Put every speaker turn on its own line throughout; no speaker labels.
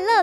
乐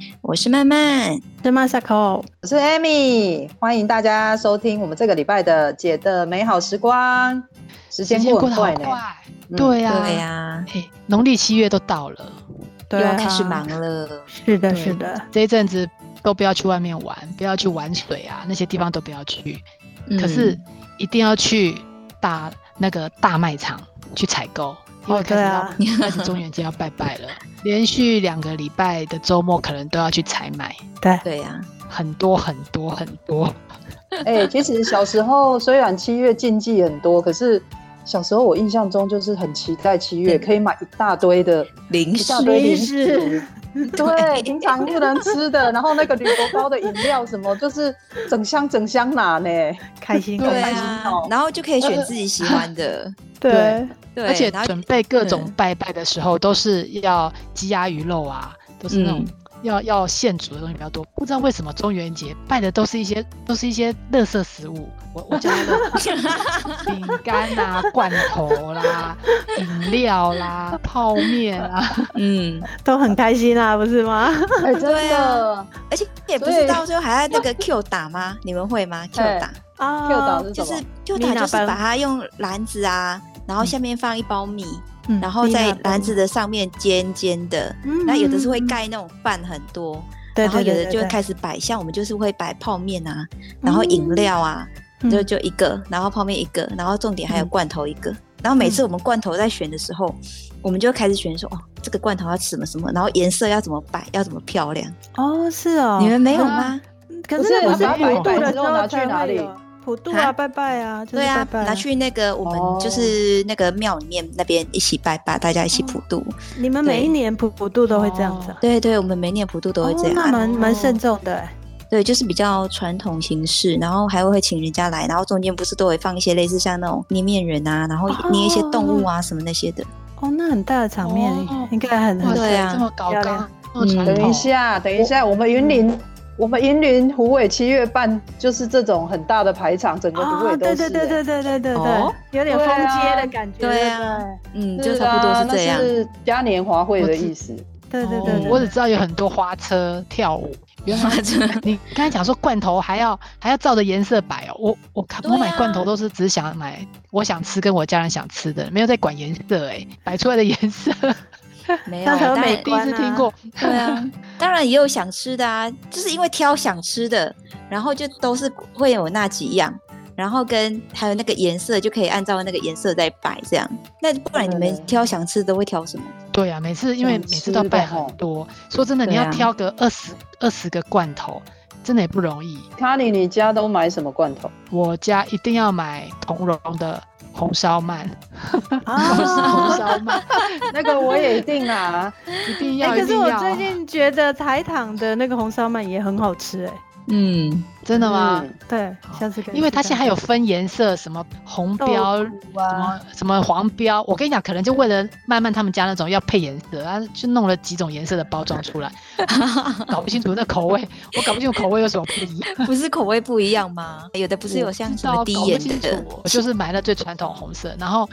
我是曼曼，
是马萨口，
我是 Amy，欢迎大家收听我们这个礼拜的姐的美好时光。时间过
得
很快
好
呢，
快，啊
嗯
啊
对呀，
对，啊呀、
嘿，农历七月都到了，
又
对
要
啊
开始忙。了。
是的，
对
是的，
这一阵子都不要去外面玩，不要去玩水啊，那些地方都不要去，
嗯
可是一定要去大那个大卖场去采购。因为
哦
开始
对
要、
啊
开始中元节要拜拜了， 连续两个礼拜的周末可能都要去采买，
对
对啊呀、
很多很多很多。
哎、其实小时候虽然七月禁忌很多，可是小时候我印象中就是很期待七月，可以买一大堆的
零
一
食
大堆零
零
食，对，平常不能吃的，然后那个铝箔包的饮料什么，就是整箱整箱拿呢。
开心，
对
对啊
开
呀、
心，
哦
然后就可以选自己喜欢的，
对，
对，
而且
然后
准备各种
嗯
拜拜的时候，都是要鸡鸭鱼肉啊，都是那种
嗯
要、要现煮的东西比较多。不知道为什么中元节拜的都是一些都是一些垃圾食物，我我叫它垃圾饼干啦、罐头啦、饮料啦、泡面啊啦，
嗯，
都很开心啊，不是吗？
哎、真
对
的
啊而且也不
所
是
以
到最后还要那个 Q 打吗？你们会吗？Q
哎
打
啊
，Q 岛是
就
什么
是？Q
米
打，
娜
就是
班
把它用篮子啊，然后下面放一包米，
嗯
然后在
米娜
篮子的上面尖尖的，
嗯
那有的是会盖那种饭很多，
对
然后
对
有
对
的
对
就会
对
开始摆，像我们就是会摆泡面啊，然后饮料啊，
嗯
就就一个，然后泡面一个，然后重点还有
嗯
罐头一个。然后每次我们罐头在选的时候，我们就开始选说哦，这个罐头要吃什么什么，然后颜色要怎么摆，要怎么漂亮。
哦，是哦，
你们没有
啊
吗？
可是
不是
那不是
把它
普渡
摆
的
完
时
之
候
后拿去
才
哪
会
里
有？普渡
啊
啊，拜拜啊，就是
对啊
拜，拜
拿。去那个我
哦
们就是那个庙里面那边一起拜拜，大家一起普渡。
你们每
对
一年普普渡都会这样子啊，
对对，我们每年普渡都会这
哦那
样。啊
蛮蛮慎重的欸，
对，就是比较传统形式，然后还会请人家来，然后中间不是都会放一些类似像那种捏面人啊，然后
哦
捏一些动物啊什么那些的。
哦，那很大的场面
哦，
应该很
哇
很
对
塞，
啊
这么高
漂
纲
亮，嗯
这么传统。哦
等一下，等一下，我们云林，我们云林虎尾七月半就是这种很大的排场，整个虎
哦，
尾都
对对
是、
对对对对对对
哦，
有点
对
封
啊
街的感觉，
对
不
啊
对
嗯，
哎
就差不多是这样
那。是嘉年华会的意思。
对对
哦
对，对
我只知道有很多花车跳舞。原来 你刚才讲说罐头还要还要照着颜色摆哦，我我看、
对啊
我买罐头都是只想买我想吃跟我家人想吃的，没有在管颜色哎、摆出来的颜色
没有，
那很
当
美
然
第一次听过，
对啊，当然也有想吃的啊，就是因为挑想吃的，然后就都是会有那几样，然后跟还有那个颜色就可以按照那个颜色在摆这样。那不然你
对
们挑想吃的都会挑什么？
对啊，每次因为每
想吃
次都要摆
的吼
很多，说真的，你
对啊
要挑个二十二十个罐头，真的也不容易。
卡里，你家都买什么罐头？
我家一定要买同荣的红烧鳗，红
啊。
烧鳗
那个我也一定啊，
一定
哎、
要，
可
一
是
定
我
要啊
最近觉得台糖的那个红烧鳗也很好吃、哎，
嗯，
真的吗？
嗯？
对，下次可以。
因为它现在还有分颜色，什么红标、
豆啊
什么什么黄标。我跟你讲，可能就为了慢慢他们家那种要配颜色，啊，就弄了几种颜色的包装出 来，搞不清楚那口味，我搞不清楚口味有什么不一样。
不是口味不一样吗？有的不是有像
知
什
道
么
搞
低
不清
盐
楚
的，，
我就是买了最传统红色，然后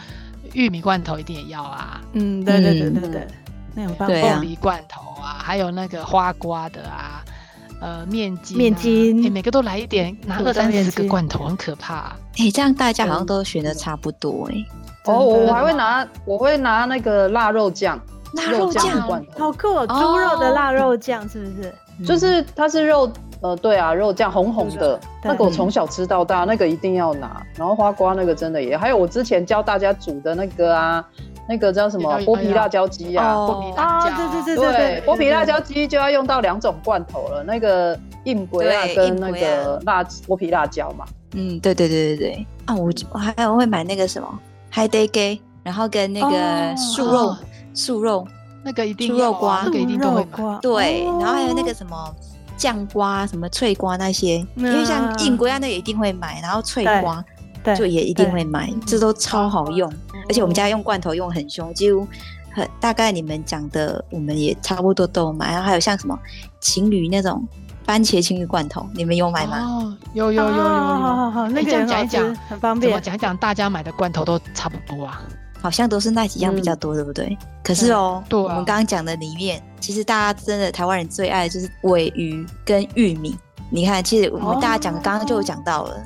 玉米罐头一定也要啊，
嗯，对对对
嗯
对对，那很棒。
对啊
凤梨罐头啊，还有那个花瓜的啊。呃，面筋、啊，
面筋
诶每个都来一点，拿
土
二
豆
三
面
十个
筋
罐头，很可怕、啊。
哎、这样大家好像都选的差不多哎、
真的
哦，我我还会拿，我会拿那个腊肉酱，
腊肉
酱
酱
的罐头，
好酷
哦
哦，猪肉的腊肉酱是不是？
嗯
就是它是肉，呃，对啊，肉酱红红的，
对
那个我从小吃到大，那个一定要拿。然后花瓜那个真的也，还有我之前教大家煮的那个啊，那个叫什么
也要
剥皮辣椒鸡啊，
哦
凤梨辣椒啊
对对对
对，剥皮辣椒
对
鸡就要用到两种罐头了，那个硬龟辣
对
跟那
硬粿
个
啊
辣剥皮辣椒嘛。
嗯，对对对对对。啊，我我还有会买那个什么海带给，然后跟那个
哦
素肉、
哦
素肉，
那个一定
猪肉
要啊
瓜
那个一定都会
猪
买
肉。瓜
对，
哦
然后还有那个什么酱瓜、什么脆瓜那些，因为像
嗯
印国家那也一定会买，然后脆
对
瓜
对，嗯
就也一定会买，这都超好用。而且我们家用罐头用很凶，几乎很大概你们讲的，我们也差不多都有买。然后还有像什么情侣那种番茄情侣罐头，你们有买吗？
哦，有有有有
哦好
有。
好好，那
哎
个
这样
也很好
讲一讲
吃很方
怎么
便。
讲讲，大家买的罐头都差不多啊。
好像都是那几样比较多，对不对？
嗯
可是哦，
对啊
我们刚刚讲的里面，其实大家真的台湾人最爱的就是尾鱼跟玉米。你看，其实我们
哦
大家讲、刚刚就有讲到了，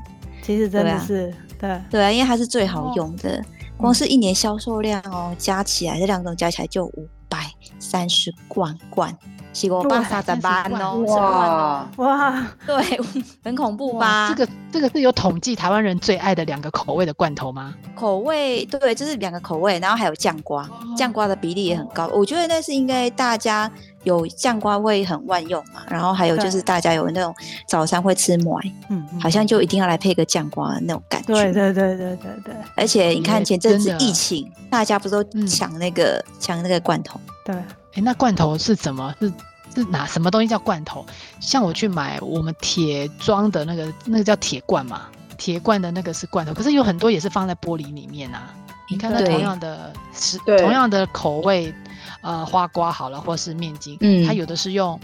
其实真
对
的
啊
是对，
对啊，因为它是最好用的，光是一年销售量哦，加起来这两种加起来就五百三十罐罐，是我爸
哇
三十八
30罐，
哦十罐哦，
哇，
哇，
对，很恐怖吧？
哇，这个这个是有统计台湾人最爱的两个口味的罐头吗？
口味对，就是两个口味，然后还有酱瓜，酱瓜的比例也很高。我觉得那是应该大家有酱瓜味很万用嘛，然后还有就是
对
大家有那种早餐会吃馍，
嗯，
好像就一定要来配个酱瓜的那种感觉。
对对对对对对
而且你看
也
前阵子
真的
疫情，大家不都
嗯
抢那个、抢那个罐头？
对，
哎，那罐头是怎么是是哪什么东西叫罐头？像我去买我们铁装的那个那个叫铁罐嘛，铁罐的那个是罐头，可是有很多也是放在玻璃里面啊。你看，那
对
同样的食，
对
同样的口味，呃，花瓜好了，或是面筋，
嗯
它有的是用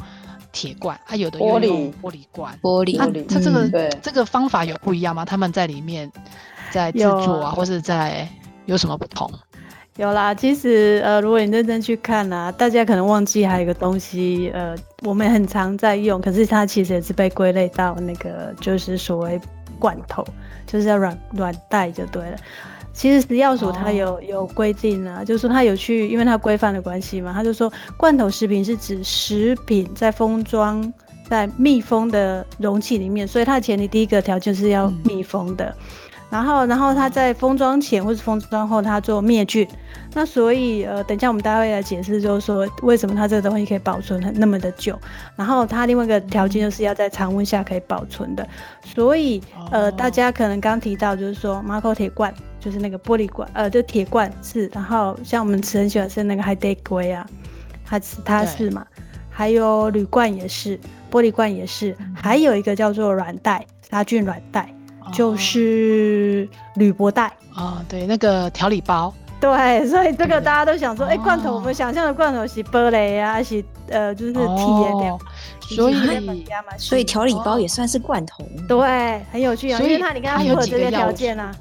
铁罐，它有的
玻
又
璃
用玻璃罐。
玻璃，
它
玻璃
它这个
嗯
对
这个方法有不一样吗？他们在里面在制
有
作啊，
啊
或是在有什么不同？
有啦，其实呃，如果你认真去看啊，大家可能忘记还有一个东西，呃，我们很常在用，可是它其实也是被归类到那个就是所谓罐头，就是要软软袋就对了。其实食药署它有、有规定啊，就是说它有去，因为它规范的关系嘛，它就说罐头食品是指食品在封装在密封的容器里面，所以它的前提第一个条件是要
嗯
密封的。然后，然后它在封装前或是封装后，它做灭菌。那所以，呃，等一下我们待会来解释，就是说为什么它这个东西可以保存很那么的久。然后它另外一个条件就是要在常温下可以保存的。所以，
哦
呃，大家可能刚提到就是说马口铁罐，就是那个玻璃罐，呃，就铁罐是。然后像我们吃很喜欢吃那个海带龟啊，它是它是嘛，还有铝罐也是，玻璃罐也是，还有一个叫做软袋杀菌软袋。
嗯
就
哦
是铝箔袋。
啊、对，那个调理包，
对，所以这个大家都想说，哎、
哦
罐头我们想象的罐头是玻璃啊，是呃，就是铁的
哦，所
以日
以
本家嘛是
所以调理包也算是罐头。
对很有趣啊，
所
因
以
为它你看它
它有
符合
几
这
个要
些条
素
件啊，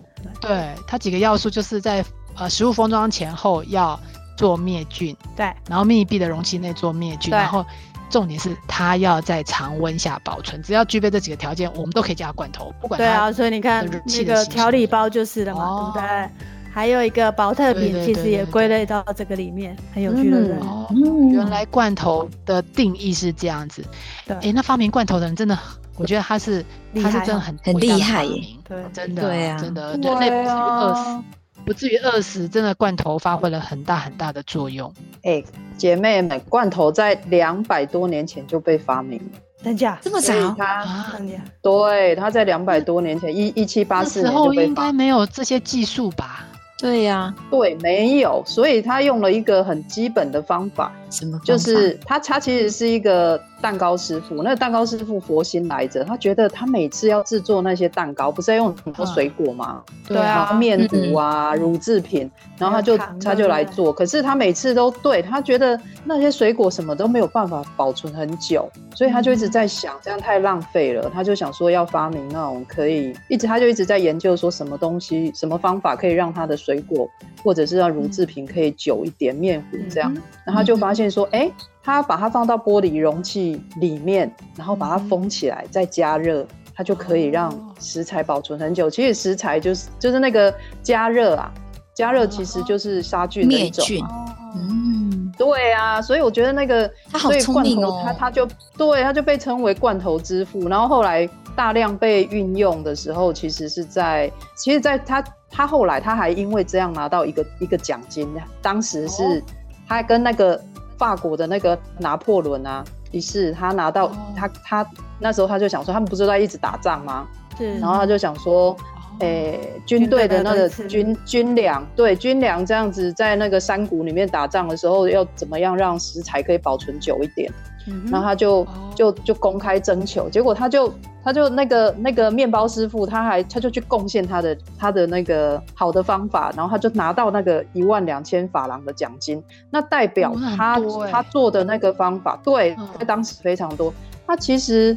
对它几个要素就是在呃食物封装前后要做灭菌，
对
然后密闭的容器内做灭菌，
对
然后重点是它要在常温下保存，只要具备这几个条件，我们都可以叫它罐头，不管
对啊，
它
所以你看
的容器
那
的
个
形
调
式
理包就是了嘛，
哦
对不对？还有一个保特
对
瓶
对，
其
对
实也
对
归
对
类到这个里面，很有趣，对不对？
嗯
哦，
嗯
原来罐头的定义是这样子。
对
诶，那发明罐头的人真的，我觉得他是
厉
他是
害
真的
哦
很伟
很
大
厉
的
害
发
耶
明
对
真的
对啊
真的
对
人类不至于饿死
啊，
不至于饿死，真的罐头发挥了很大很大的作用。
哎、姐妹们，罐头在两百多年前就被发明了，
等一下，
这么
所以
早？
它
啊，
等一下，
对它在两百多年前一一七八
那
四
时
年就
候
被
应
发
该
明，
没有这些技术吧？
对呀、
对，没有，所以它用了一个很基本的方法，
什么方法？
就是他，他其实是一个蛋糕师傅。那个蛋糕师傅佛心来着，他觉得他每次要制作那些蛋糕，不是要用
嗯
很多水果吗？
对啊
然后面糊啊、乳制品，然后他就
还有糖
他就来
对不对
做。可是他每次都对他觉得那些水果什么都没有办法保存很久，所以他就一直
嗯
在想，这样太浪费了。他就想说要发明那种可以一直，他就一直在研究说什么东西、什么方法可以让他的水果或者是让乳
嗯
制品可以久一点，面糊这样。然后他就发现说，哎、他把它放到玻璃容器里面，然后把它封起来，再加热，它就可以让食材保存很久。其实食材就是就是那个加热啊，加热其实就是杀菌的一
灭
种
菌
嘛。。
嗯，
对啊，所以我觉得那个，
他好
所以
聪
罐
明
头
哦
他他就对他就被称为罐头之父。然后后来大量被运用的时候，其实是在，其实在他他后来他还因为这样拿到一个一个奖金，当时
哦
是他跟那个法国的那个拿破仑啊一世，他拿到、
哦
他他那时候他就想说，他们不是都在一直打仗吗？
是
哦
然后他
嗯
就想说，
啊
诶、军队的那个
军队的那个
军军粮，对军粮这样子，在那个山谷里面打仗的时候，要怎么样让食材可以保存久一点？
嗯
然后他就
哦
就就公开征求，结果他就他就那个那个面包师傅，他还他就去贡献他的他的那个好的方法，然后他就拿到那个一万两千法郎的奖金，那代表
哦那很
他、
多欸
他做的那个方法，对
嗯，
在当时非常多。他其实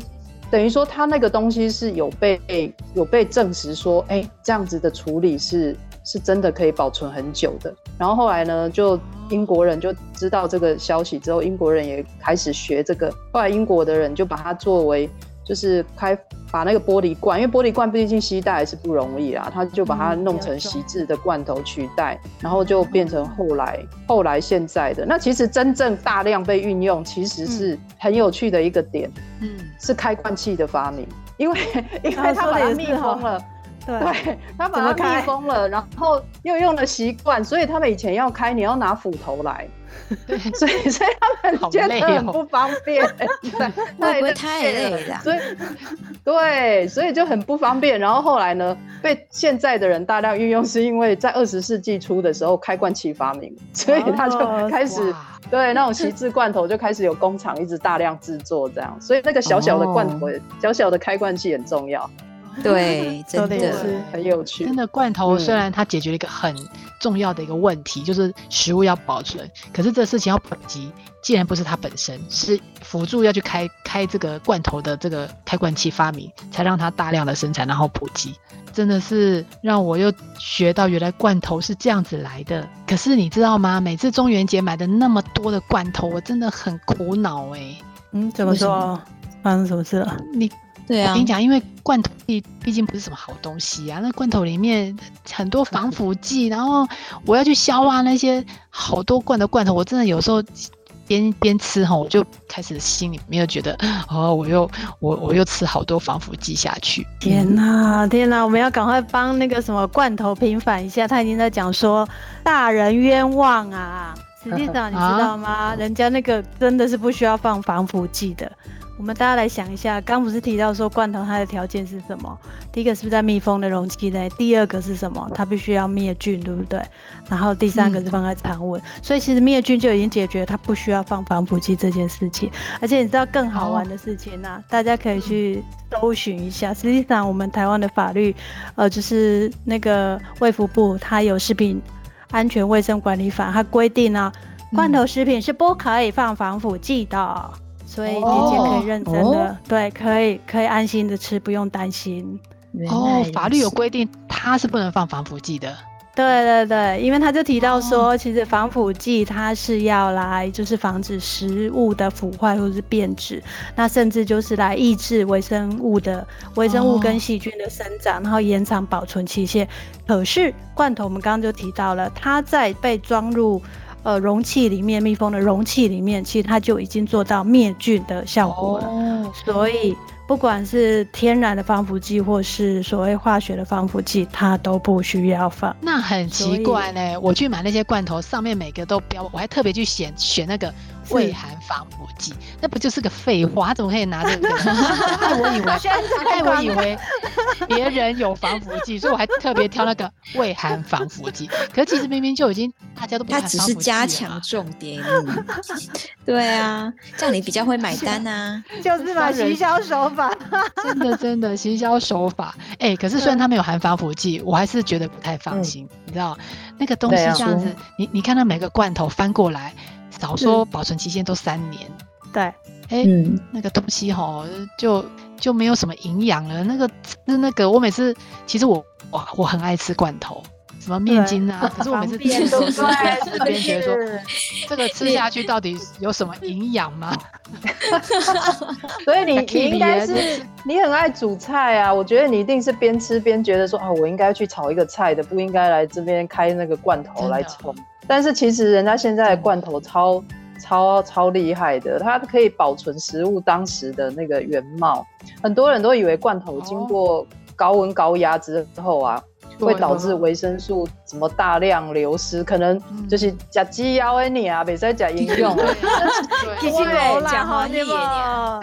等于说他那个东西是有被有被证实说，哎、这样子的处理是是真的可以保存很久的。然后后来呢，就英国人就知道这个消息之后，英国人也开始学这个。后来英国的人就把它作为就是开把那个玻璃罐，因为玻璃罐毕竟携带是不容易啊啦，他就把它
嗯
弄
比
成
较重
锡制的罐头取代，然后就变成后来后来现在的。那其实真正大量被运用，其实是很有趣的一个点，
嗯，
是开罐器的发明，因为因
啊
为他
说
把
得
它
也
密
是哦
封了。
对，
对，他
怎么
把它
开
密封了，然后又用了习惯，所以他们以前要开，你要拿斧头 来，
对，
所以所以他
好
们觉
累
得很
哦
不方便，
哦
对
会不会太累了啊？
所以对，所以就很不方便。然后后来呢，被现在的人大量运用，是因为在二十世纪初的时候开罐器发明，所以他就
哦
开始、
哇
对那种锡制罐头就开始有工厂一直大量制作这样，所以那个小小的罐头、
哦
小小的开罐器很重要，
对，真
说得也
的
是，
很有趣
真。的罐头
嗯
虽然它解决了一个很重要的一个问题，就是食物要保存，可是这事情要普及，既然不是它本身，是辅助要去开开这个罐头的这个开罐器发明，才让它大量的生产，然后普及，真的是让我又学到原来罐头是这样子来的。可是你知道吗？每次中元节买的那么多的罐头，我真的很苦恼哎、
嗯，怎么说？发生什么事了？
你
对
我
啊
跟你，讲，因为罐头毕毕竟不是什么好东西啊，那罐头里面很多防腐剂，然后我要去消化那些好多罐的罐头，我真的有时候边边吃哈，我就开始心里面就觉得，哦，我又我我又吃好多防腐剂下去，
天呐，天呐，我们要赶快帮那个什么罐头平反一下。他已经在讲说大人冤枉啊！实际上你知道吗？人家那个真的是不需要放防腐剂的。我们大家来想一下，刚不是提到说罐头它的条件是什么？第一个是不是在密封的容器内？第二个是什么？它必须要灭菌，对不对？然后第三个是放在常温，所以其实灭菌就已经解决它不需要放防腐剂这件事情。而且你知道更好玩的事情呢、啊大家可以去搜寻一下。实际上，我们台湾的法律，呃，就是那个卫福部它有食品安全卫生管理法，它规定呢、罐头食品是不可以放防腐剂的。所以姐姐可以认真的，
哦
对，可以可以安心的吃，不用担心。
原来
哦
如此，
法律有规定它是不能放防腐剂的，
对对对，因为他就提到说，其实防腐剂它是要来就是防止食物的腐坏或是变质，那甚至就是来抑制微生物的微生物跟细菌的生长，然后延长保存期限。可是罐头我们刚刚就提到了，它在被装入呃容器里面密封的容器里面，其实它就已经做到灭菌的效果了。
哦，
所以不管是天然的防腐剂，或是所谓化学的防腐剂，它都不需要放。
那很
所
奇
以
怪呢。我去买那些罐头，上面每个都标，我还特别去选选那个
是
胃含防腐剂，那不就是个废话？他怎么可以拿这个？害我以为，害我以为别人有防腐剂，所以我还特别挑那个胃含防腐剂。可是其实明明就已经大家都不
它
含
只
防
是
腐剂
加
了
强
啊
重点。嗯 对啊，这样你比较会买单啊。
就是嘛，
商人
行销手法。
真的真的行销手法。哎、可是虽然它没有含防腐剂，我还是觉得不太放心。你知道那个东西
对啊
这样子，你你看到每个罐头翻过来，少说保存期限都三年，
对，
哎、
嗯，
那个东西哈，就就没有什么营养了。那个是那个，我每次其实我哇，我很爱吃罐头，什么面筋啊，可是我 每次吃的时候，边边觉得说这个吃下去到底有什么营养吗？
所以你
还
你应该
可以
是你很爱煮菜啊，我觉得你一定是边吃边觉得说啊，我应该去炒一个菜的，不应该来这边开那个罐头来冲。但是其实人家现在的罐头超超超厉害的，它可以保存食物当时的那个原貌。很多人都以为罐头经过高温高压之后啊，会导致维生素什么大量流失，可能就是甲基腰哎你啊，别 再甲应用 啊。
对，
对
讲
讲
好
好
你
你
哦，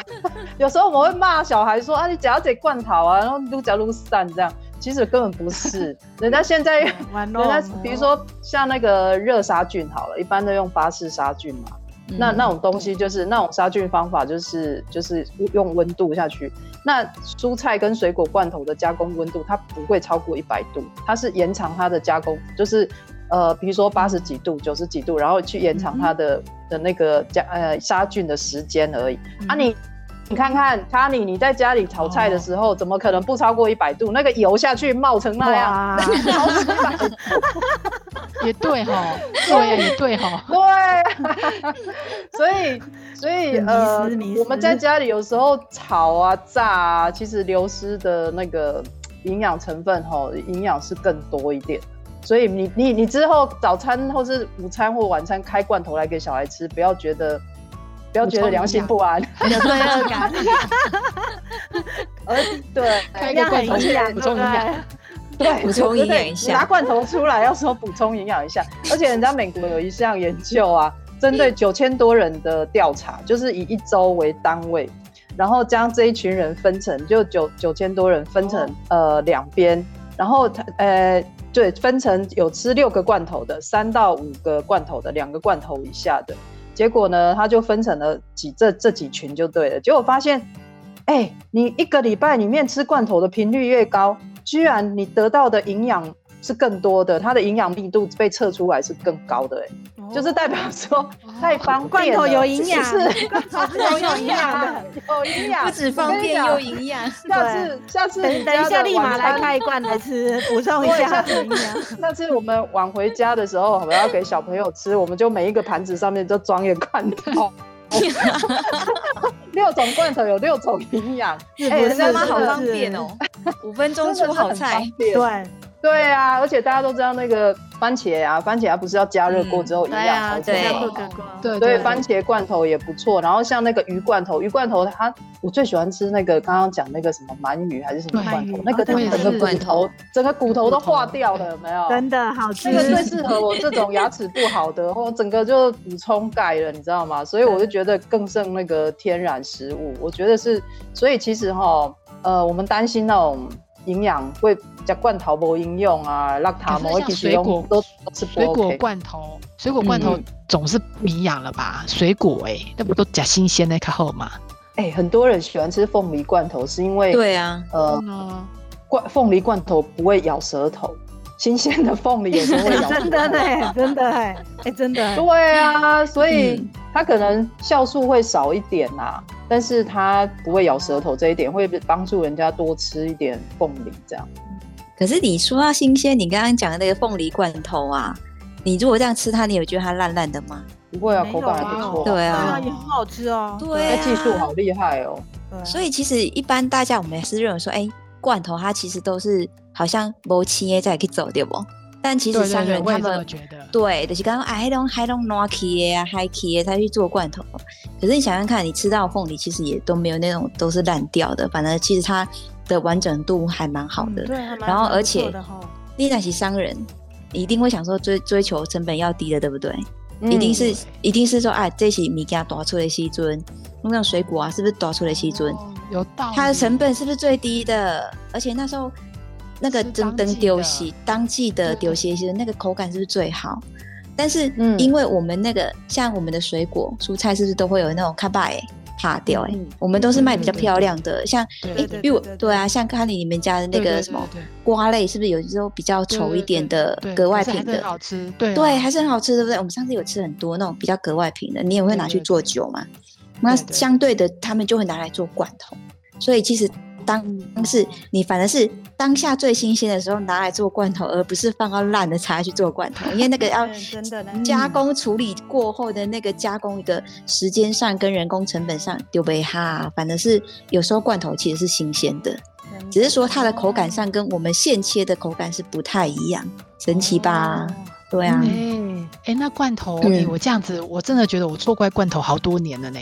有时候我们会骂小孩说啊，你只要这罐头啊，然后撸夹撸散这样，其实根本不是。人家现在，人
玩
家比如说像那个热杀菌好了，一般都用巴氏杀菌嘛。那
嗯
那种东西就是那种杀菌方法，就是就是用温度下去。那蔬菜跟水果罐头的加工温度，它不会超过一百度，它是延长它的加工，就是呃，比如说八十几度、九十几度，然后去延长它的、的那个加呃杀菌的时间而已。啊你，你看看卡尼，你在家里炒菜的时候，怎么可能不超过一百度？那个油下去冒成那样，
哇，
超过一百
也对哈，对呀，啊也对哈。
对，啊 所以所以
很迷
呃
思迷，
我们在
思
家里有时候炒啊、炸啊，其实流失的那个营养成分吼，营养是更多一点。所以你你你之后早餐或是午餐或晚餐开罐头来给小孩吃，不要觉得不要觉得良心不安，
有罪恶感，
而 对
开
一
个
样
罐
很
头
营养，
补
对不
充营养
对？
对，
补充营养一
你
下
拿罐头出来要说补充营养一下，而且人家美国有一项研究啊，针对九千多人的调查，就是以一周为单位，然后将这一群人分成，就九九千多人分成、呃两边，然后他呃对分成有吃六个罐头的，三到五个罐头的，两个罐头以下的。结果呢，他就分成了几这这几群就对了。结果发现，哎、你一个礼拜里面吃罐头的频率越高，居然你得到的营养是更多的，它的营养密度被测出来是更高的、哎、就是代表说太方
哦罐
便了，
头有营养
是罐头
是有营养的，
有营养，
不止方便又营养，
下次下次
等
你
等一
家
下，
的
立马
晚
来
餐
开一罐来吃，补充一
对
下
下 次
营养。
那次我们晚回家的时候，我们要给小朋友吃，我们就每一个盘子上面都装一个罐头。六种罐头有六种营养，
是
哎
不
人
是
家
妈妈
真的
好方便哦，五分钟
真的
出
是
好
很
菜
方，便。
对，
对啊，而且大家都知道那个番茄啊，番茄啊不是要加热过之后营
对
养
啊，
才
对
会
对
好
啊，
吗
不可过。
哦对
对，番茄罐头也不错。然后像那个鱼罐头，鱼罐头它我最喜欢吃那个刚刚讲那个什么鳗鱼还是什么
对
罐头
鳗鱼，
那个
哦我也
整个
是
骨头整个骨头都
骨头
化掉了，有没有？
真的好吃
这，个最适合我这种牙齿不好的，我整个就补充钙了，你知道吗？所以我就觉得更胜那个天然食物，我觉得是，所以其实哈，呃，我们担心那种营养会加罐头不应用啊，让它们
可是像
一起
水果
用都都是不
水果
OK。
罐头，水果罐头
嗯
总是不营养了吧？水果哎、那不都假新鲜的较好嘛？
哎、很多人喜欢吃凤梨罐头，是因为
对啊，
呃，
嗯，
罐凤梨罐头不会咬舌头，新鲜的凤梨也不会咬舌头。
哎 真的呢，真的哎，哎，真的欸，
对啊，所以
嗯
它可能酵素会少一点呐、但是它不会咬舌头这一点，会帮助人家多吃一点凤梨这样。
可是你说到新鲜，你刚刚讲的那个凤梨罐头啊，你如果这样吃它，你有觉得它烂烂的吗？
不会啊，
没有
口感还不错、
对
对
啊
啊，也很好吃哦。
对
那
啊
技术好厉害哦。
对啊
嗯
所以其实一般大家我们也是认为说，哎、罐头它其实都是好像没企业在去走对不？但其
对
实
对
商
对，
人
我
他
也这么
们
觉得。
对，就是刚刚哎东哎东拿企业啊，嗨企业才去做罐头。可是你想想看，你吃到的凤梨其实也都没有那种都是烂掉的，反而其实它的完整度还蛮好的。
嗯对，还蛮
然后
蛮不
而且
错的吼
你那些商人，你一定会想说追追求成本要低的，对不对？
嗯
一定是
对
一定是说，哎，这些米给它多出来西尊，那种水果啊，是不是多出来西尊？
哦有道理，
它的成本是不是最低的？而且那时候那个
是
蒸
当
灯
季
丢
的
席，当季的
对
丢席其实那个口感是不是最好？但是
嗯
因为我们那个、像我们的水果蔬菜是不是都会有那种卡巴哎怕掉哎、
嗯
我们都是卖
对
比较
对
漂
对
亮的，像
对
哎
对对
比我
对对
对啊，像看你们家的那
对
个
对
什么
对对
瓜类是不是有时候比较
对
稠
对
一点
对
的
对
格外
可是还
品
是
的
很？好吃，对啊
对，还是很好吃，对不对？我们上次有吃很多那种比较格外品的，你也会拿去做酒嘛。那
对对
相对的，他们就会拿来做罐头。所以其实当
嗯
是你反而是当下最新鲜的时候拿来做罐头，而不是放到烂的才去做罐头，因为那 个
嗯
要
对真的呢
加工处理过后的那个加工一个时间上跟人工成本上丢杯哈，啊反而是有时候罐头其实是新鲜的，只是说它的口感上跟我们现切的口感是不太一样，神奇
哦
吧？对啊。
哎、嗯哎，那罐头，
嗯
哎、我这样子，我真的觉得我错怪罐头好多年 了呢。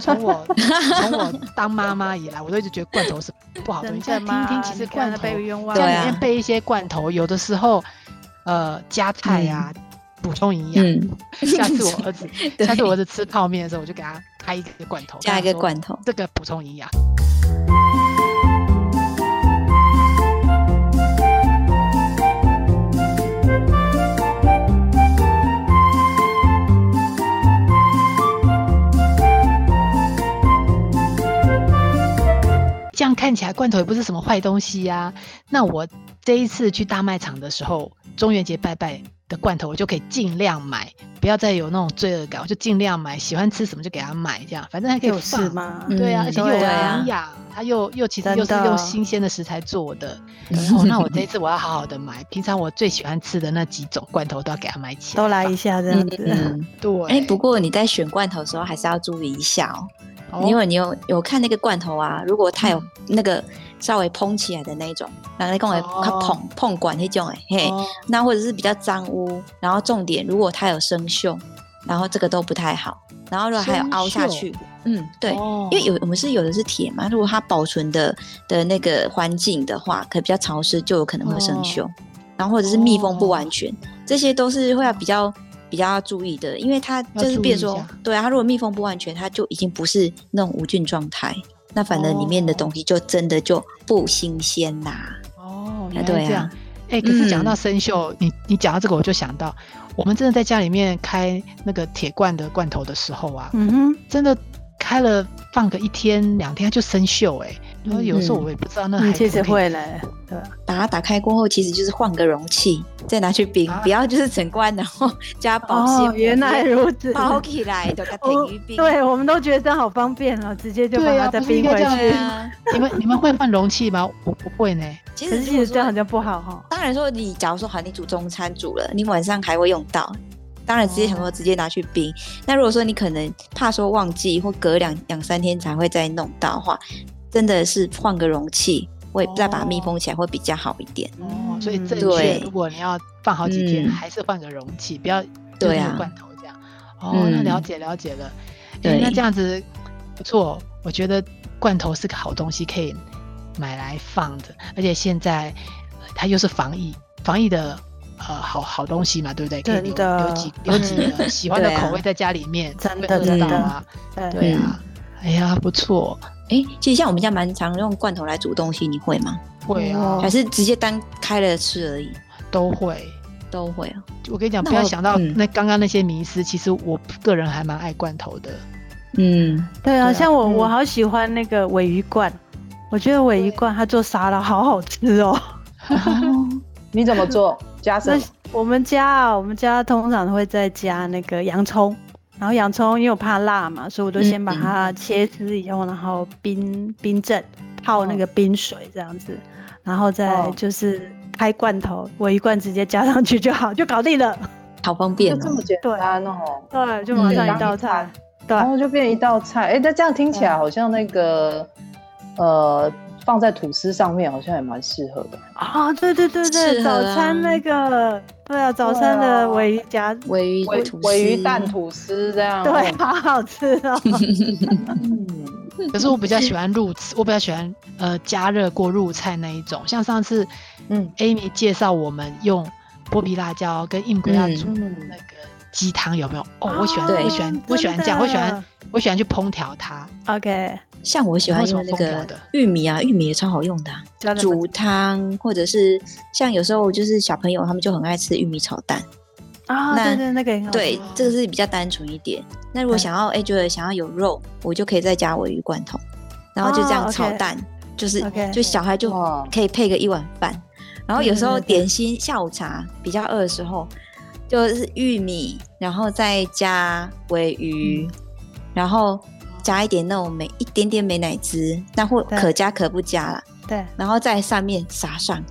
从我从我当妈妈以来，我都一直觉得罐头是不好的。
真
你
的
现在听
吗？
一听，其实
你看
罐
了
头
被冤枉
对
家
了，
里
啊
面备一些罐头，有的时候呃加菜呀、补充营养。
嗯，
下次我儿子
对
下次我儿子吃泡面的时候，我就给他开一个罐头，
加一
跟他
个
说
罐头
这个补充营养。看起来罐头也不是什么坏东西呀、那我这一次去大卖场的时候，中元节拜拜的罐头，我就可以尽量买，不要再有那种罪恶感，我就尽量买，喜欢吃什么就给他买，这样反正还可以
有
放。
事吗？
嗯
对啊，而且又有
对
啊
营养，它又又其实
真
又是
的
用新鲜的食材做的。
嗯
哦，那我 这一次我要好好的买，平常我最喜欢吃的那几种罐头都要给它买起来。
都来一下这样子。
嗯，
对，
哎、不过你在选罐头的时候还是要注意一下哦，
哦嗯
因为你有有看那个罐头啊，如果它有那个稍微蓬起来的那一种，然后跟
哦
我它碰碰管那种哎、嘿，
哦
那或者是比较脏污，然后重点如果它有生锈，然后这个都不太好，然后如果还有凹下去
生，
嗯，对，
哦
因为有我们是有的是铁嘛，如果它保存的的那个环境的话，可比较潮湿，就有可能会生锈，
哦
然后或者是密封不完全，这些都是会要比较比较要注意的，因为它
要
就是
注意
变
一
说
下，
对啊，它如果密封不完全，它就已经不是那种无菌状态，那反正里面的
哦
东西就真的就不新鲜啦。
哦，
啊
原
对
来
啊
这样。哎、可是讲
嗯
到生锈，你你讲到这个，我就想到，我们真的在家里面开那个铁罐的罐头的时候啊，
嗯哼，
真的开了放个一天两天它就生锈哎、然后有时候
嗯
我也不知道那还
嗯，其
可
实
不可以
会嘞，对吧，
把它打开过后，其实就是换个容器，再拿去冰，
啊
不要就是整罐，然后 加保鲜
哦
膜，，
原来如此。
包起来就给它
哦
等于冰。
对，我们都觉得这样好方便哦，直接就把
对
它
啊
再
不是应
冰
该
回
这样
去
对。
吗
啊，
你们你们会换容器吗？我不会呢。
其
可
实
是
如
其
果
实这样好
说，
像不好哈。
当然说你假如说好，你煮中餐煮了，你晚上还会用到。当然，直接想说直接拿去冰。那如果说你可能怕说忘记，或隔两两三天才会再弄到的话，真的是换个容器，会再把它密封起来会比较好一点。
哦，所以
嗯
正确，
对
如果你要放好几天，
嗯
还是换个容器，不要就是
对
那
啊
个罐头这样。哦，那
嗯
了解了解了。诶
对
那这样子不错，我觉得罐头是个好东西，可以买来放着，而且现在呃它又是防疫，防疫的。呃，好好东西嘛，对不对？可以留
真的
留几留几 个喜欢的
对啊
口味在家里面，
真
不会
的
饿
真
到
的
啊，
对，
对啊，哎呀，不错，
诶，其实像我们家蛮常用罐头来煮东西，你会吗？
会啊
哦，
还是直接单开了吃而已，
都会。
都会啊。
我跟你讲，
那
不要
我
想到
嗯
那刚刚那些迷思，其实我个人还蛮爱罐头的。
嗯，
对
对
啊，
啊
像我我
嗯
好喜欢那个尾鱼罐，我觉得尾鱼罐它做沙拉好好吃哦。
你怎么做？加什
那
么？
我们家啊，我们家通常会再加那个洋葱，然后洋葱因为我怕辣嘛，所以我都先把它切丝以后，然后冰冰镇，泡那个冰水这样子，然后再
哦
就是开罐头，我一罐直接加上去就好，就搞定了。
好方便
就这
哦
么。简单哦。
对，就马上一道菜。对
啊然后就变一道菜。哎、那这样听起来好像那个呃，放在吐司上面好像也蛮适合的。
啊，对对对对，
适合
早
啊
餐那个，对啊，早餐的尾鱼夹，
尾鱼
尾
吐司
尾鱼蛋吐司这 样。
对，好好吃 哦。
嗯，
可是我比较喜欢入，我比较喜欢呃加热过入菜那一种。像上次，
嗯
，Amy 介绍我们用剥皮辣椒跟硬骨辣
嗯
煮那
嗯，
个鸡汤，有没有？哦，我喜欢，
对
我喜欢，我 喜欢这样，我喜欢，我喜欢去烹调它。
OK，
像我喜欢用那
有没有什么烹调
个
的
玉米啊，玉米也超好用的啊、
加了
煮汤或者是像有时候就是小朋友他们就很爱吃玉米炒蛋，
啊，
那
对对，那个很好吃
对，这个是比较单纯一点。那如
嗯
果想要哎、觉得想要有肉，我就可以再加尾鱼罐头，然后就这
哦
样
，OK
炒蛋，就是
OK
就小孩就
哇
可以配个一碗饭，然后有时候
对对对
点心下午茶比较饿的时候，就是玉米，然后再加尾鱼，
嗯
然后加一点那种美一点点美乃滋，那或
对
可加可不加啦，
对，
然后在上面撒上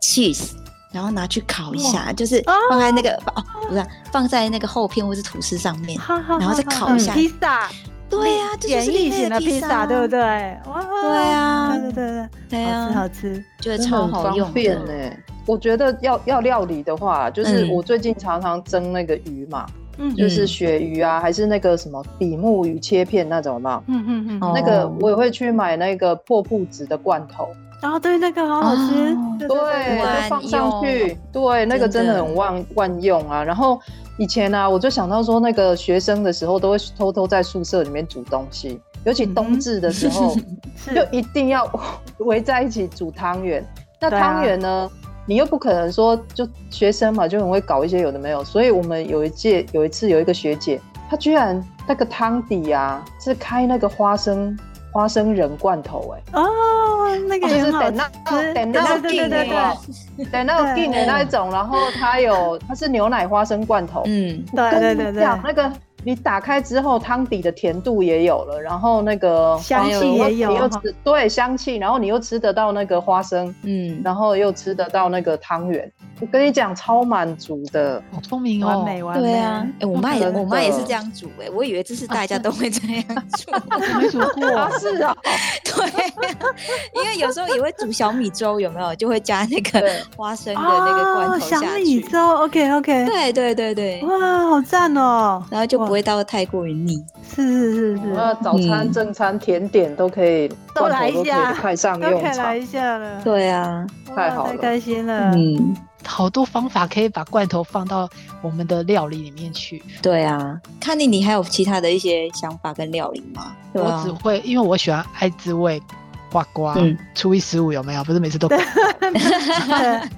cheese，然后拿去烤一下，就是
哦
放在那个哦不是啊、放在那个厚片或是吐司上 面。
好好，
然后再
好好
烤
一
嗯
下
披萨，
对呀、这就
简
是
易
另类
型的披萨，
萨，
对不对？？哇，
对啊
对对对
对
对，好吃好
呀，
吃，
觉得
真的
超
很
好用
方便欸
的
呢、我觉得要要料理的话，就是
嗯
我最近常常蒸那个鱼嘛，
嗯
就
嗯
是鳕鱼啊，还是那个什么比目鱼切片那种嘛。
嗯嗯，
哦
那个我也会去买那个破布子的罐头，
然后对那个好好吃
哦，
对
对，
万
就放上去，对，那个
真
真
的
的很万万用啊。然后以前呢、啊，我就想到说，那个学生的时候都会偷偷在宿舍里面煮东西，尤其
嗯
冬至的时候，
嗯
就是一定要围在一起煮汤圆。那
对啊
汤圆呢？你又不可能说就学生嘛，就很会搞一些有的没有，所以我们有一届有一次有一个学姐，她居然那个汤底啊是开那个花生花生仁罐头、哎，
哦，那个
就
也
是
很好
等
吃
到，等到
对
劲
对对对
的
对，
等到
对
劲的那一种，然后它有它是牛奶花生罐头，
嗯，
对
跟
对
你
对对
讲那个你打开之后，汤底的甜度也有了，然后那个
香
花
气
生
也有
你又
哈
吃对香气，然后你又吃得到那个花生，
嗯，
然后又吃得到那个汤圆。我跟你讲，超满足的。
好聪明
完
哦！
美完美。
对啊，哎、我妈也
真的
我妈也是这样煮哎、我以为这是
啊
大家都会这样煮，
我没煮过，
是 啊，
对，啊因为有时候也会煮小米粥，有没有？就会加那个
对
花生的那个
哦，
罐头
小
下
米
去，
粥，OK OK，
对对对对，
哇，好赞哦！
然后就
哇
不会到太过于腻。
是是是
那
是，
早餐、
嗯
正餐、甜点都可以，
都
罐
来一
头都可
下
以派上
都
用
可以来
场。
一下了，
对啊，
哇
太好
太
了
开心了。
嗯，
好多方法可以把罐头放到我们的料理里面去。
对啊。看你你还有其他的一些想法跟料理吗？对
我
啊
只，会，因为我喜欢爱滋味挂瓜
嗯。
初一十五有没有？不是每 次都
对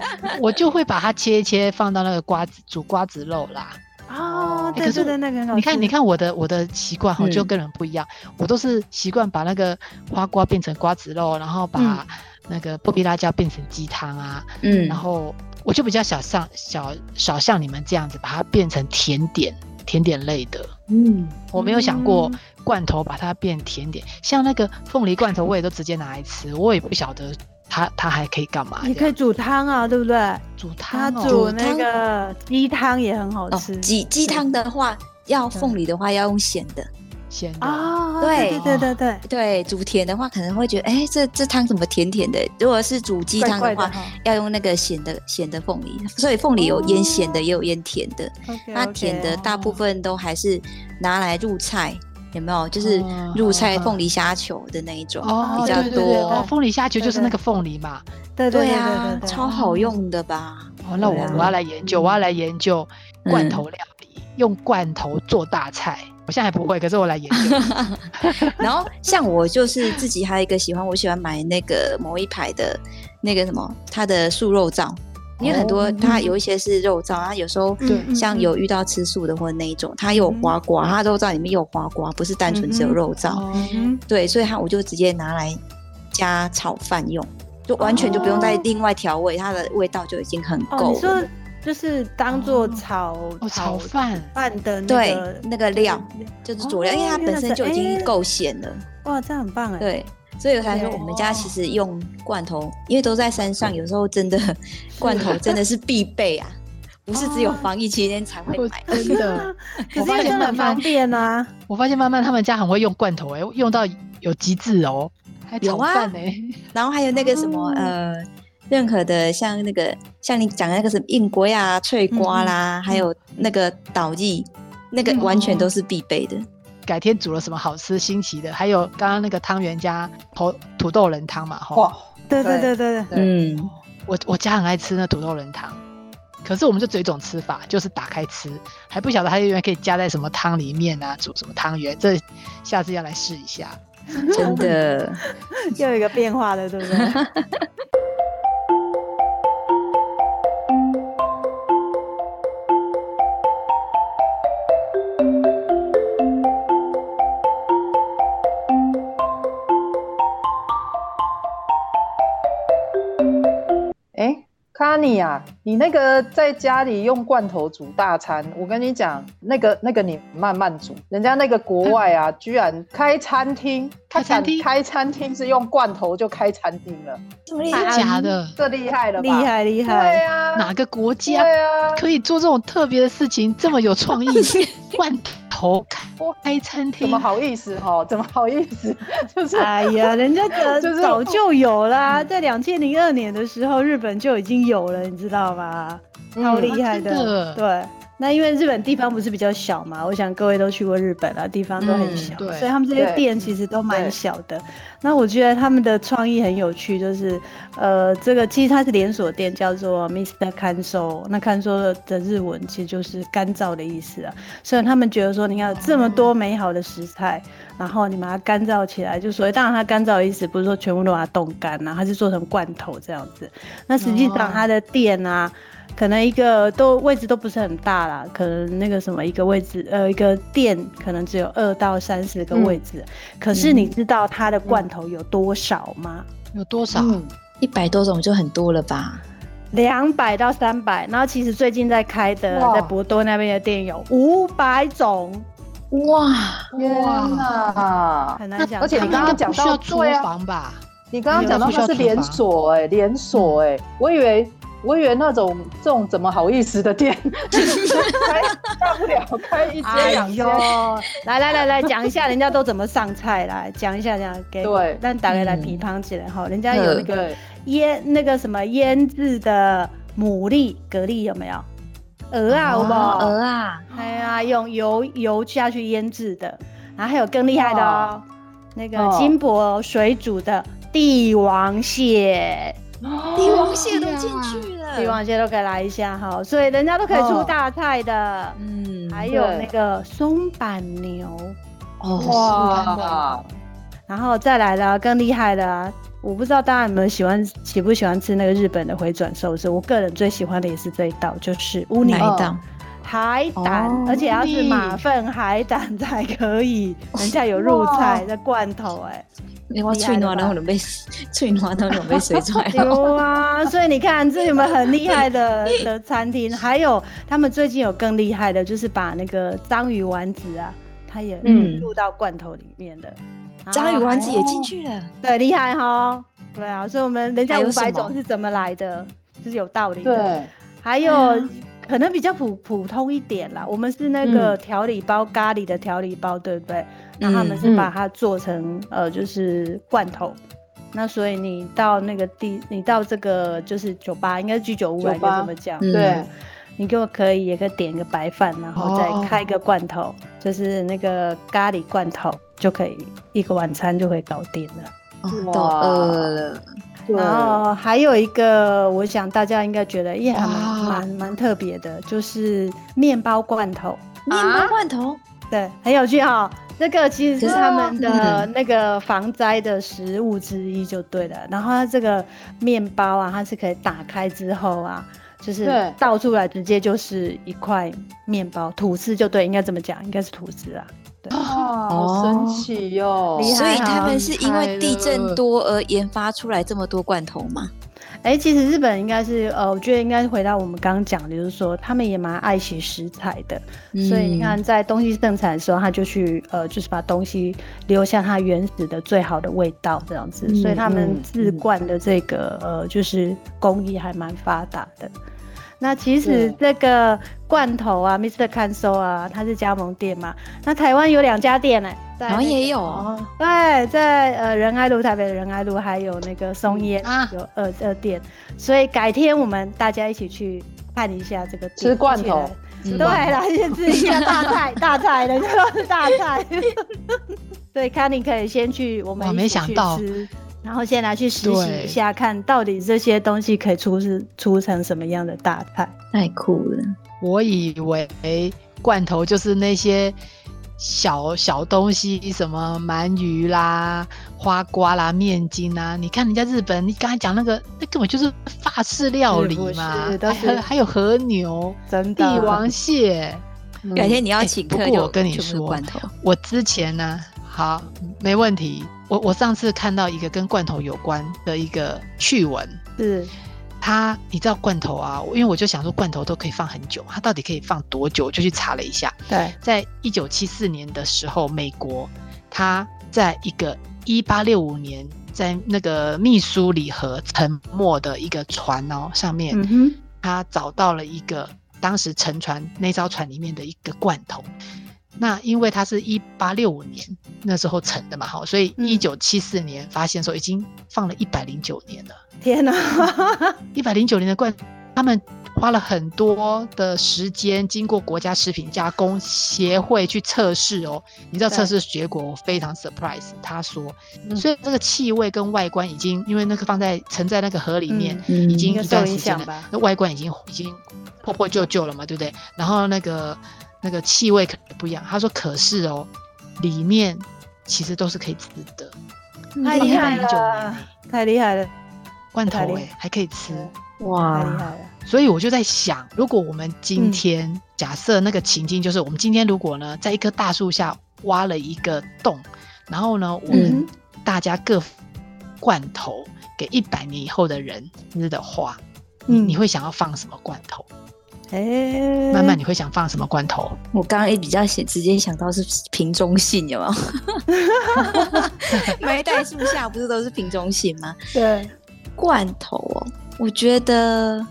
我就会把它切一切，放到那个瓜子煮瓜子肉啦。
哦，
哎可是
对对对，那个很好吃。
你看，你看我的我的习惯哈，
嗯
就跟人不一样。我都是习惯把那个花瓜变成瓜子肉，然后把那个剥皮辣椒变成鸡汤啊，
嗯
然后我就比较想像小少像你们这样子，把它变成甜点甜点类的。
嗯，
我没有想过
嗯
罐头把它变甜点，像那个凤梨罐头，我也都直接拿来吃，我也不晓得它它还可以干嘛这样。
你可以煮汤啊，对不对？
煮
它
汤哦，
煮
煮
那
汤
个鸡汤也很好
哦
吃，
鸡鸡汤的话，要凤梨的话要用咸的，
咸的
啊，
对
对对对对，
对，煮甜的话可能会觉得，哎，这这汤怎么甜甜的？如果是煮鸡
怪
汤
怪
的话，
哈
要用那个咸的咸的凤梨，所以凤梨有
哦
腌咸的，也有腌甜的。
，OK，
那甜的
OK
大部分都还是拿来入菜，有没有？就是
哦
入菜
哦
凤梨虾球的那一种，
哦，
比
对
较
对对对哦
多。
凤梨虾球就是
对对
那个凤梨嘛。
对对
对
对
啊
对，对，
超好用的吧？
哦，那我
对啊
我要来研究，我要来研究
嗯
罐头料理，用罐头做大菜。我现在还不会，可是我来研究。
然后像我就是自己还有一个喜欢，我喜欢买那个某一排的那个什么，它的素肉燥，因为很
哦
多它有一些是肉燥，它有时候。
对
对
像有遇到吃素的或那一种，它有花瓜，它肉燥里面有花瓜，不是单纯只有
嗯嗯嗯
肉燥。
哦，
对，所以它我就直接拿来加炒饭用，就完全就不用再
哦
另外调味，它的味道就已经很
哦，
够了。
你说就是当做
哦
炒
哦炒饭，
饭的那
对
个，
那个料就是佐料，因为它
哦原
本
来
身
是
就已经
哎
够咸了。
哇，这样很棒哎，
对，所以我才说
OK
我们家其实用罐头，因为都在山上，有时候真的罐头真的是必备啊，不是只有
哦
防疫期间才会
我
买。
真的，
可
我
是因
发
为
现
真的
慢
很方
慢，
便啊，
我发现慢慢他们家很会用罐头，哎，用到有极致哦，还
有
炒
啊
饭呢。欸
然后还有那个什么、
哦
呃，任何的像那个像你讲的那个什么硬瓜呀、脆瓜啦，还有那个岛荠，那个
嗯
完全
哦
都是必备的。
改天煮了什么好吃新奇的？还有刚刚那个汤圆加头土豆仁汤嘛，吼，
哇，
对对对
对
对对。
对
嗯，
我我家很爱吃那土豆仁汤，可是我们就只有一种吃法，就是打开吃，还不晓得它原来可以加在什么汤里面啊，煮什么汤圆，这下次要来试一下。
真的，
又有一个变化了，对不对？
哎，卡尼亚，你那个在家里用罐头煮大餐，我跟你讲，那个那个你慢慢煮，人家那个国外啊，居然开餐厅，
开餐厅
开餐厅是用罐头就开餐厅了，
真的假的？
这厉害了吧？
嗯厉，害厉
对
害，
啊，
哪个国
对
家
啊，
可以做这种特别的事情，这么有 创意？罐头开
哇
开餐厅
怎么，好意思哈？怎么好意思？ 就 是
哎呀，人家早
就是
早就有啦，在两千零二年的时候，日本就已经有了，你知道吧？超
嗯
厉害
真的
对。那因为日本地方不是比较小嘛，我想各位都去过日本了，啊地方都很
嗯
小，
对
所以他们这些
对
店其实都蛮
对
小的。那我觉得他们的创意很有趣，就是呃，这个其实它是连锁店，叫做 Mr. Kanso。那 Kanso 的日文其实就是干燥的意思啊。所以他们觉得说，你看有这么多美好的食材，然后你把它干燥起来，就所谓当然它干燥的意思不是说全部都把它冻干啊，它是做成罐头这样子。那实际上
哦
嗯
它的店啊。可能一个都位置都不是很大啦，可能那个什么一个位置，呃，一个店可能只有二到三十个位置，
嗯
可是你知道它的罐头有多少吗？
有多少？
嗯
一百多种就很多了吧？
两百到三百，然后其实最近在开的，
哇
在博多那边的店有五百种，
哇，
嗯天哪！
很
那
难想象。
而且你刚刚讲到
应该不需要
对
厨
啊
房吧？
你刚刚讲到它是连锁哎、连
嗯
锁哎、我以为我以为那种这种怎么好意思 的店，开大不了开一间
哎
两
呦
间，，
来来来来，讲一下人家都怎么上菜，来讲一下这样给
对嗯
让大家来
嗯
批判起来哈。人家有那个
对，
腌那个什么腌制的牡蛎、蛤蜊有没有？鹅啊，
哇，
有
哦
没有
鹅啊，
哎呀，用油油下去腌制的，然后还有更厉害的哦，那个金箔水煮的帝王蟹，
帝王蟹都
对啊
进去了，
帝王蟹都可以来一下哈，所以人家都可以出
嗯哦
大菜的。
嗯，
还有
对
那个松板牛，
哦，
哇，
然后再来了更厉害的啊！我不知道大家有没有喜欢喜不喜欢吃那个日本的回转寿司，我个人最喜欢的也是这一道，就是乌尼
哪一道？
海胆，
哦
而且要
乌
是
尼
马粪海胆才可以，人家有入菜的罐头 哎、
你我脆暖，然后准 备脆暖，然后准备 水出来了。
有啊，所以你看，这有没有很厉 害的的餐厅？还有他们最近有更厉害的，就是把那个章鱼丸子啊，它也
嗯
入到罐头里面的。然后
章鱼丸子也
还
进去了，
对，厉害哈。对啊，所以我们人家
还有
五
什么
百种是怎么来的，就是有道理的。
对，
还有、
嗯
可能比较普普通一点啦，我们是那
嗯
个调理包、咖喱的调理包，对不对？那他们是把它做成、
嗯
呃，就是罐头。那所以你到那个地，你到这个就是酒吧，应该是居酒屋吧，
酒
应
吧
该这么讲。
嗯
对，
你给我可以也可以点一个白饭，然后
哦
再开一个罐头，就是那个咖喱罐头就可以一个晚餐就可以搞定了。
哦啊
哇
都饿了，哦
然
对，
后还有一个，我想大家应该觉得也还蛮
哇
蛮蛮特别的，就是面包罐头，
面
啊
包罐头，
对，很有趣哈、那个其实是他们
可是
的
嗯
那个防灾的食物之一就对了。然后它这个面包啊，它是可以打开之后啊，就是
对
倒出来直接就是一块面包吐司就对，应该这么讲，应该是吐司啊。
哇，
哦
好神奇哟、
厉害
所以
啊
他们是因为
厉
地
害了
震多而研发出来这么多罐头嘛？
哎、其实日本应该是呃，我觉得应该回到我们刚刚讲的，就是说他们也蛮爱惜食材的。
嗯
所以你看，在东西盛产的时候，他就去呃，就是把东西留下它原始的最好的味道，这样子。
嗯
所以他们
嗯
自灌的这个、呃，就是工艺还蛮发达的。那其实
对
这个罐头啊，Mr. Canso 啊，它是加盟店嘛。那台湾有两家店呢、在
然后
那个
也有
哦，
对，在呃仁爱路台北的仁爱路还有那个松烟、
啊
有二二店，所以改天我们大家一起去看一下这个店
吃罐头，
一起
嗯
来对啦，先吃一下大菜大菜，人家都是大菜。 对，看你可以先去，我们
哇
一起
没想
去
到
吃然后先来去实习
对
一下，看到底这些东西可以出是出成什么样的大菜。
太酷了，
我以为罐头就是那些小小东西，什么鳗鱼啦、花瓜啦、面筋啦。你看人家日本，你刚才讲那个，那根本就是法式料理嘛
是不是，都是
还有还有和牛、
真
帝
的，
王蟹。
嗯
改天你要请客
哎不过我
就
跟你
全部
说
是罐头，
我之前呢、好，没问题。我我上次看到一个跟罐头有关的一个趣闻，
是
它你知道罐头啊，因为我就想说罐头都可以放很久，它到底可以放多久？我就去查了一下，
对，
在一九七四年的时候，美国它在一个一八六五年在那个密苏里河沉没的一个船哦上面，
嗯哼，
他找到了一个当时沉船那艘船里面的一个罐头。那因为它是一八六五年那时候沉的嘛，哈，所以
嗯
一九七四年发现的时候已经放了一百零九年了。
天哪，
一百零九年的罐，他们花了很多的时间，经过国家食品加工协会去测试哦。你知道
对
测试结果，我非常 surprise。他说，
嗯
所以这个气味跟外观已经，因为那个放在沉在那个河里面，
嗯
已经
应该
一段
受
时
影
间
响
了
吧，
那外观已经已经破破旧旧了嘛，对不对？然后那个那个气味可能不一样。他说，可是哦，里面其实都是可以吃的，
太
放
厉害
109年
了，太厉害了。
罐头
太厉
哎、还可以吃
嗯。太厉
哇，
害了！
所以我就在想，如果我们今
嗯
天、假设那个情境就是，我们今天如果呢，在一棵大树下挖了一个洞，然后呢，我们
嗯
大家各罐头给一百年以后的人吃的话，你
嗯
你会想要放什么罐头？
哎，
慢慢你会想放什么罐头？
我刚刚也比较想直接想到是瓶中信，有没 有？埋在树下不是都是瓶中信吗？
对，
罐头哦，我觉得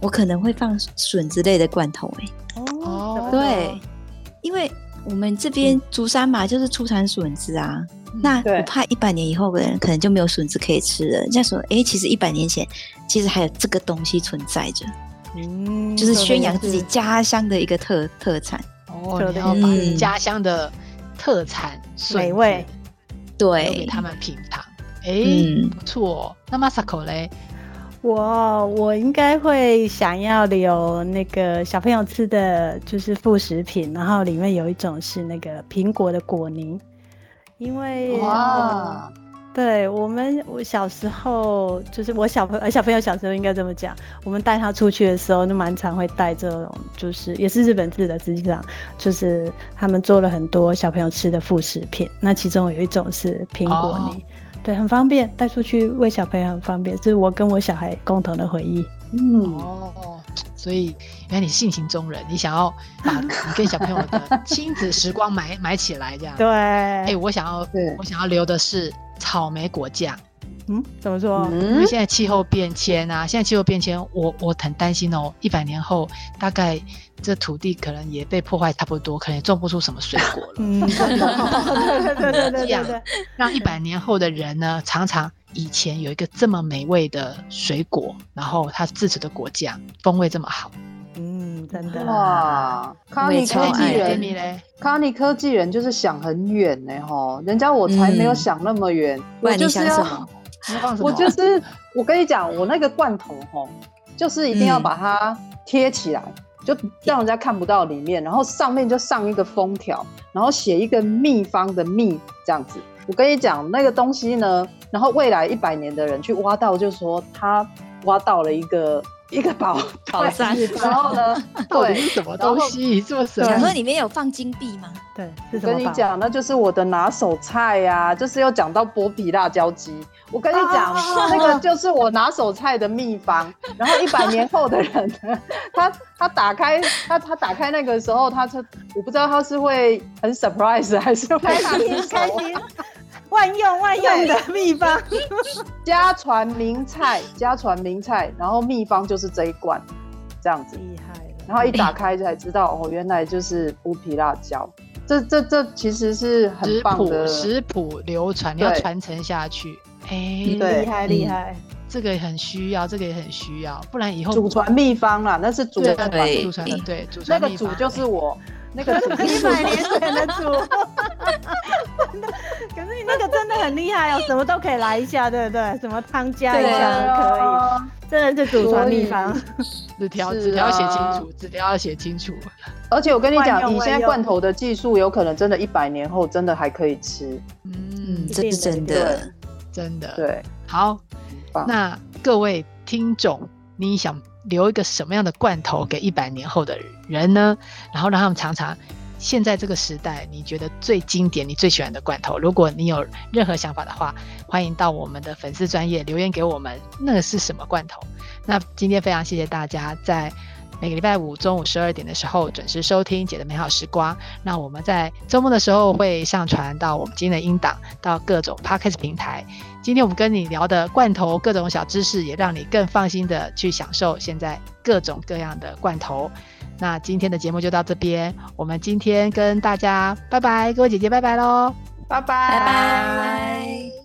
我可能会放笋之类的罐头、欸，
哦
对，因为我们这边竹山嘛，就是出产笋子啊。那
对
我怕一百年以后的人可能就没有笋子可以吃了。人家说，哎、其实一百年前其实还有这个东西存在着，
嗯
就是宣扬自己家乡的一个特特产。
哦，
特
你
别
要把
嗯
家乡的特产笋
美
子
味
留给
对，
他们品尝。哎、
嗯
不错、哦。那 Masako 嘞？
我我应该会想要留那个小朋友吃的，就是副食品，然后里面有一种是那个苹果的果泥，因为呃
哇，
对我们，我小时候就是我小朋友，呃小朋友小时候应该这么讲，我们带他出去的时候，就蛮常会带这种，就是也是日本制的，实际上就是他们做了很多小朋友吃的副食品，那其中有一种是苹果
哦
泥，对，很方便，带出去喂小朋友很方便，这是我跟我小孩共同的回忆。
嗯，
哦，所以原来你性情中人，你想要 把你跟小朋友的亲子时光埋埋起来，这样。
对，。
哎、我想要
哦
对
我想要留的是草莓果酱，
嗯，怎么说？
因
嗯
为，现在气候变迁啊，现在气候变迁，我我很担心哦，一百年后大概这土地可能也被破坏差不多，可能也种不出什么水果了。
嗯，对对对对对对对，
让一百年后的人呢，尝尝以前有一个这么美味的水果，然后它制成的果酱风味这么好。
嗯，真的。
哇，康
我也
妮
超
科
爱的
技人
Demi 嘞，
康妮科技人就是想很远呢，吼，人家我才没有
嗯
想那么远，
不
我
然
就
你
是
想什
要
么？
你放什么？
我就是我跟你讲，我那个罐头吼，就是一定要
嗯
把它贴起来，就让人家看不到里面，然后上面就上一个封条，然后写一个秘方的秘这样子。我跟你讲那个东西呢，然后未来一百年的人去挖到，就说他挖到了一个一个宝
宝
对
藏
然 后呢，
到底
对
是。什么东西？这么神
对
想
秘
说？里面有放金币吗？
对，是
我
什么
跟你
吧
讲，那就是我的拿手菜呀、就是要讲到剥皮辣椒鸡。我跟你讲，
啊
那个就是我拿手菜的秘方。然后一百年后的人呢， 他他打开他他打开那个时候，他就我不知道他是会很 surprise 还是会
开心开心，万用万用的秘方。
家传名菜，家传名菜，然后秘方就是这一罐，这样子。
厉害了，
然后一打开才知道，哦，原来就是剥皮辣椒。这这这其实是很
食
棒
谱
的，
食谱流传，你要
对
传承下去。哎、
嗯对
厉害厉害，
这个也很需要，这个也很需要，不然
哦
以后
祖传秘方啦，那是祖
对
传秘方
对
祖传的对祖
那
传
个
秘
主
方
就 是我，那个主就
一
是
百
我。
年前的主， 真的，可是你那个真的很厉害哦，什么都可以来一下，对不对？什么汤加一
对
下都可
啊，
以，真的是祖传秘方，
纸条，
是
纸条要写
啊
清楚，纸条要写清楚。
而且我跟你
万
讲，
用
以
万
现在
用
罐头的技术，有可能真的一百年后真的还可以吃。
嗯
嗯，，这是真的。
真的。
对，
好，
棒
那各位听众，你想留一个什么样的罐头给一百年后的人呢？然后让他们尝尝现在这个时代，你觉得最经典、你最喜欢的罐头。如果你有任何想法的话，欢迎到我们的粉丝专业留言给我们，那个是什么罐头？那今天非常谢谢大家在。每个礼拜五中午十二点的时候准时收听《姐的美好时光》。那我们在周末的时候会上传到我们今天的音档到各种 podcast 平台，今天我们跟你聊的罐头各种小知识，也让你更放心的去享受现在各种各样的罐头。那今天的节目就到这边，我们今天跟大家拜拜，各位姐姐拜拜喽。
拜拜。
拜拜。